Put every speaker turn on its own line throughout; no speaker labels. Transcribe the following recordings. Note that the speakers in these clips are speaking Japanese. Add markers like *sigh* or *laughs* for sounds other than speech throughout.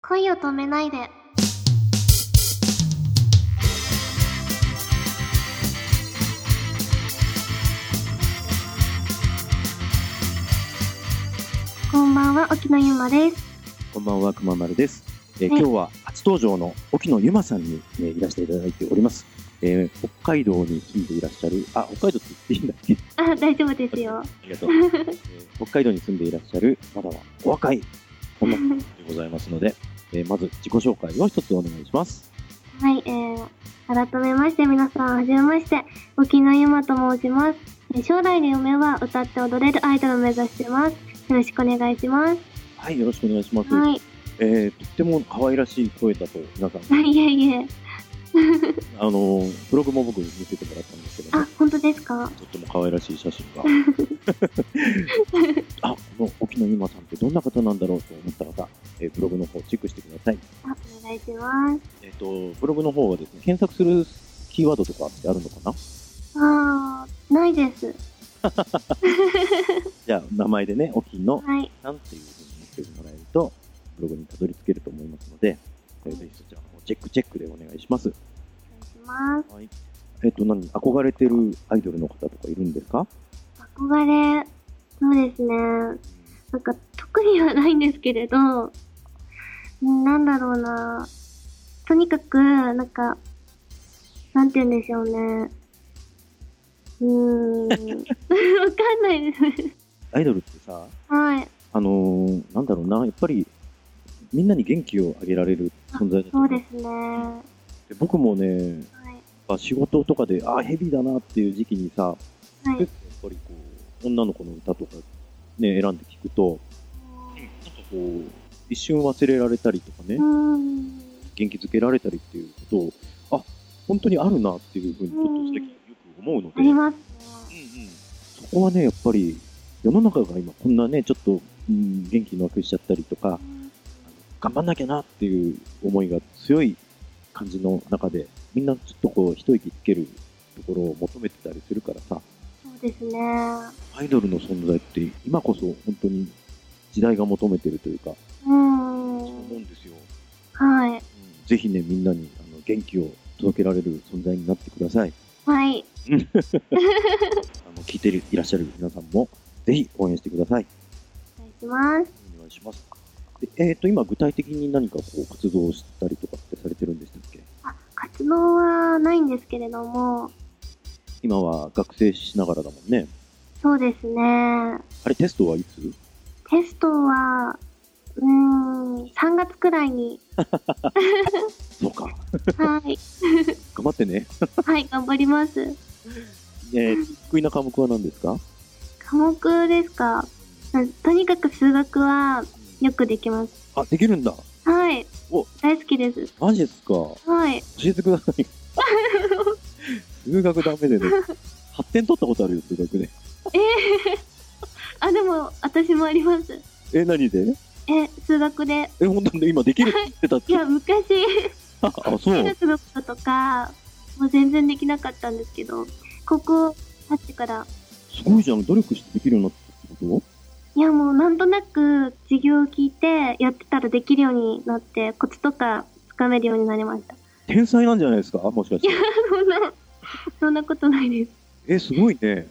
恋を止めないで。こんばんは、沖野ゆまです。
こんばんは、くままるです。えー
はい
今日は初登場の沖野ゆまさんに、えーいらしていただいております。えー北海道に住んでいらっしゃる、あ、北海道って言っていいんだっけ
あ、大丈夫です *laughs* よ。
ありがとう、えー北海道に住んでいらっしゃる、まだはお若い女の子でございますので、えーまず自己紹介を一つお願いします。
はい、えー、改めまして皆さん、はじめまして、沖野ゆまと申します。えー将来の夢は歌って踊れるアイドルを目指してます。よろしくお願いします。
はい、よろしくお願いします。
はい。
えーとっても可愛らしい声だと、皆さん、
*laughs* いえいえ。
あのーブログも僕見せてもらったんですけども、
あ、本当ですか
とっても可愛らしい写真 *laughs* が。あ、この沖野ゆまさんってどんな方なんだろうと思った方、えーブログの方チェックしてください。
あ、お願いします。
えっ、と、ブログの方はですね、検索するキーワードとかってあるのかな
あー、ないです。
じゃあ、名前でね、沖野
はい。
さんっていうふうに言ってもらえると、ブログにたどり着けると思いますので、えーぜひそちらの方チェックチェックでお願いします。
お願いします。
はい。えっ、と、何、憧れてるアイドルの方とかいるんですか
憧れ、そうですね。なんか、特にはないんですけれど、うんなんだろうな。とにかく、なんか、なんて言うんでしょうね。うーん。わ *laughs* かんないです。
アイドルってさ、
はい。
あのーなんだろうな、やっぱりみんなに元気をあげられる存在だと
そう
思って
ですね。は
で僕もね、まあ仕事とかで、ああ、ヘビだなっていう時期にさ、
い。はい
結。構やっぱりこう、女の子の歌とか、ね、選んで聞くと、なんかこう、一瞬忘れられたりとかね、
うーん。
元気づけられたりっていうことを、あ本当にあるなっていうふうに、ちょっと
うん
最近よく思うので、
ありますね。
うんうんそこはね、やっぱり、世の中が今、こんなね、ちょっと、うん、元気なくしちゃったりとか、頑張んなきゃなっていう思いが強い感じの中でみんなちょっとこう一息つけるところを求めてたりするからさ
そうですね。う
アイドルの存在って今こそ本当に時代が求めてるというか
ーん。
んですよ、
はい。
うんぜひねみんなにあの元気を届けられる存在になってください
はい。
あの聞いていらっしゃる皆さんもぜひ応援してください
お願いします。
お願いしますでえっ、と今具体的に何かこう活動をしたりとかってされてるんでしたっけ
あ、活動はないんですけれども、
今は学生しながらだもんね
そうですね。
あれテストはいつ
テストは、うーん、3月くらいに、
そうか。
はい、
頑張ってね。
*laughs* はい、頑張ります。
えー、得意な科目は何ですか
科目ですかうんとにかく数学はよくできます。
あ、できるんだ。
はい
お。
大好きです。
マジですか。教
はい。
えてください。数学ダメでね。8点取ったことあるよ、数学で。
あ、でも、私もあります。
え、何で
え、数学で。
え、本当に今できるって言ってたっ
い
て。
や、昔、
あ、そ
中
う。
学のこととか、もう全然できなかったんですけど、ここ経ってから、
すごいじゃん。努力してできるようになったってこ
いやもうなんとなく授業を聞いてやってたらできるようになってコツとかつかめるようになりました。
と天才なんじゃないですかもしかして。
そんな、 *laughs* そんなことないです。
え、すごいね。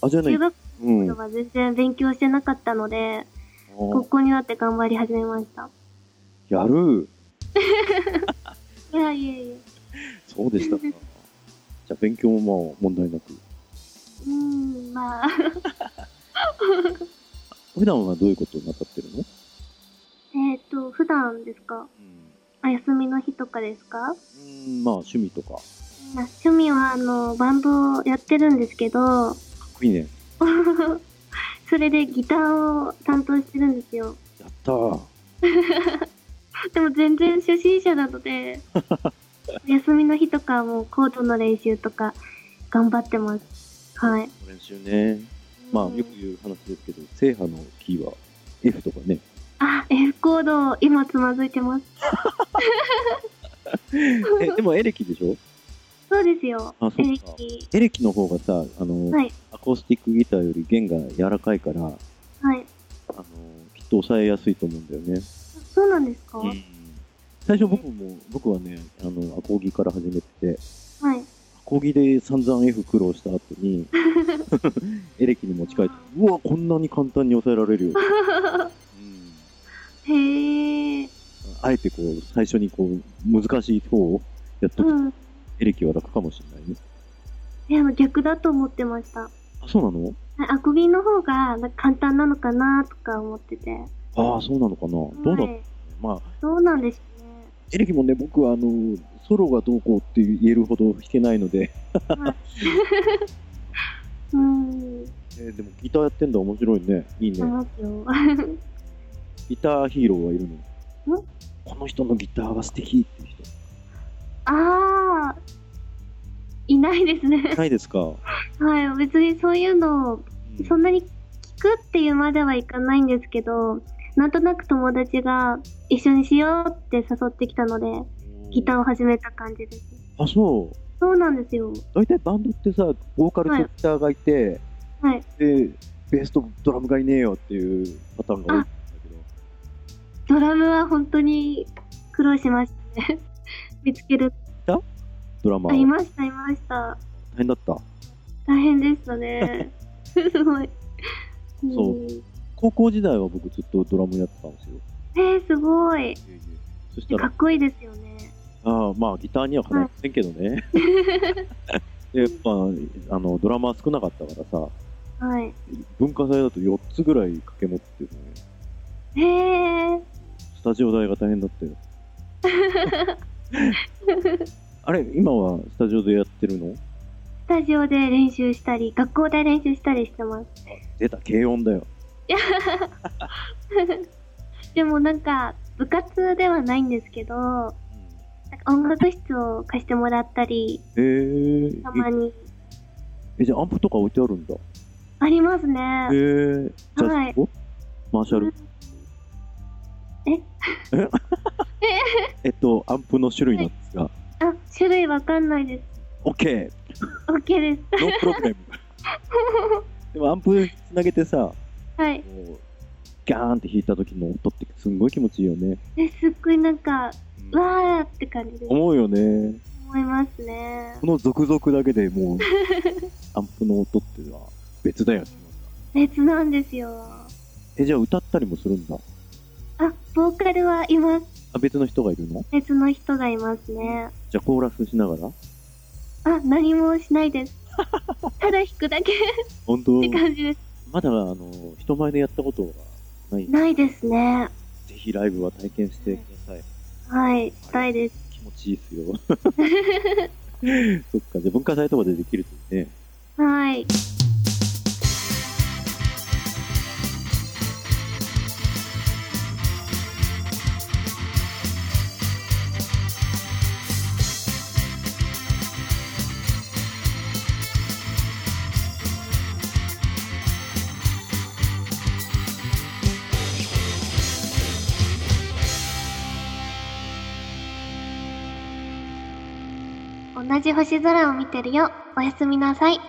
あ、じゃあね
中、学
うん。
校
あ
は全然勉強してなかったので、高
ー
校になって頑張り始めました。
やる。
いやいやいや。
そうでしたか。じゃあ勉強もまあ問題なく。
うーん、まあ、
普段はどういうことをなさってるの
*laughs* えっと、普段ですかあ、休みの日とかですか
うん、まあ趣味とか。か
あ趣味はあの、バンドをやってるんですけど、
っこいいね。
それでギターを担当してるんですよ。
やったー。
でも全然初心者なの
*laughs*
で、休みの日とかもコードの練習とか頑張ってます。はい。
練習ね。まあ、よく言う話ですけど、制覇のキーは F とかね。
あ、F コード、今つまずいてます。
*laughs* え、でもエレキでしょ
そうですよ。
あそっか
エレキ。
エレキの方がさ、あの、
はい。
アコースティックギターより弦が柔らかいから、あの、
はい。
きっと抑えやすいと思うんだよね。
そそうなんですか、
うん最初僕も、僕はね、あの、アコギから始めてて、
はい。
アコギで散々 F 苦労した後に、エレキに持ち帰って、うわ、こんなに簡単に抑えられるよ。うん
へえ。
あえてこう、最初にこう、難しい方をやっとくと、
うん。
エレキは楽かもしれないね。
いや、逆だと思ってました。
あ、そうなの
アコギの方がなんか簡単なのかなとか思ってて。
ああ、そうなのかな。どうだ、
はい
まあ、
そうなんですね。
エレキもね、僕はあの、ソロがどうこうって言えるほど弾けないので、
うん。
えーでもギターやってんだ面白いね。いいね。
いますよ。
ギターヒーローはいるの
ん
この人のギターは素敵っていう人。
ああ。いないですね。 *laughs*
ないですか、
はい。別にそういうのを、
うん
そんなに聞くっていうまではいかないんですけど、なんとなく友達が一緒にしようって誘ってきたので、ギターを始めた感じです。
あ、そう。
そうなんですよ。
大体バンドってさ、ボーカルとギターがいて、
はい。
で、ベースとドラムがいねえよっていうパターンが多いんだけど。
ドラムは本当に苦労しましたね。 *laughs* 見つける。
ドラマ
あ、い
ーは
ました、いました。
大変だった。
大変でした
*laughs*
ね。すごい。。
そうん高校時代は僕ずっとドラムやってたんですよ。
えー、すごい。
そした
かっ
ら、
こいいですよね。
ああまあギターにはかなってんけど
*laughs*
ね。で、まあ、あの、ドラマー少なかったからさ、
はい。
文化祭だと4つぐらい掛け持ってね、
へえ。
スタジオ代が大変だっ
*laughs*
たよ。あれ、今はスタジオでやってるの
スタジオで練習したり、学校で練習したりしてます。 *laughs*
出た、軽音だよ。
でもなんか、部活ではないんですけど、なんか音楽室を貸してもらったり、
へえ
たまに。
え、じゃあアンプとか置いてあるんだ。へ
ありますね。
えじゃあ、
はい
おマーシャル。
え
え *laughs* えっと、アンプの種類なんですが、
あ、種類わかんないです。オ
OK!
ッケーです。
ノープ
*laughs*
ログラム。でもアンプつなげてさ、こ
はい。
うガーンって弾いた時の音ってすんごい気持ちいいよね。
え、すっごいなんか、わーって感じで
思うよね。
思いますね
こ。の続々だけで
*laughs*
もう、アンプの音ってのは別だよね。
別なんですよ。
え、じゃあ歌ったりもするんだ。
あ、ボーカルはいます。
あ、別の人がいるの
別の人がいますね。
じゃあコーラスしながら
あ、何もしないです。ただ弾くだけっ
本当
て感じです。
まだあの、人前でやったことがない。ぜ
ないですね。
ひライブは体験してください。
はい、したいです。
気持ちいいですよ。そっか、じゃあ文化祭とかでできるといいね。
はい。同じ星空を見てるよ。おやすみなさい。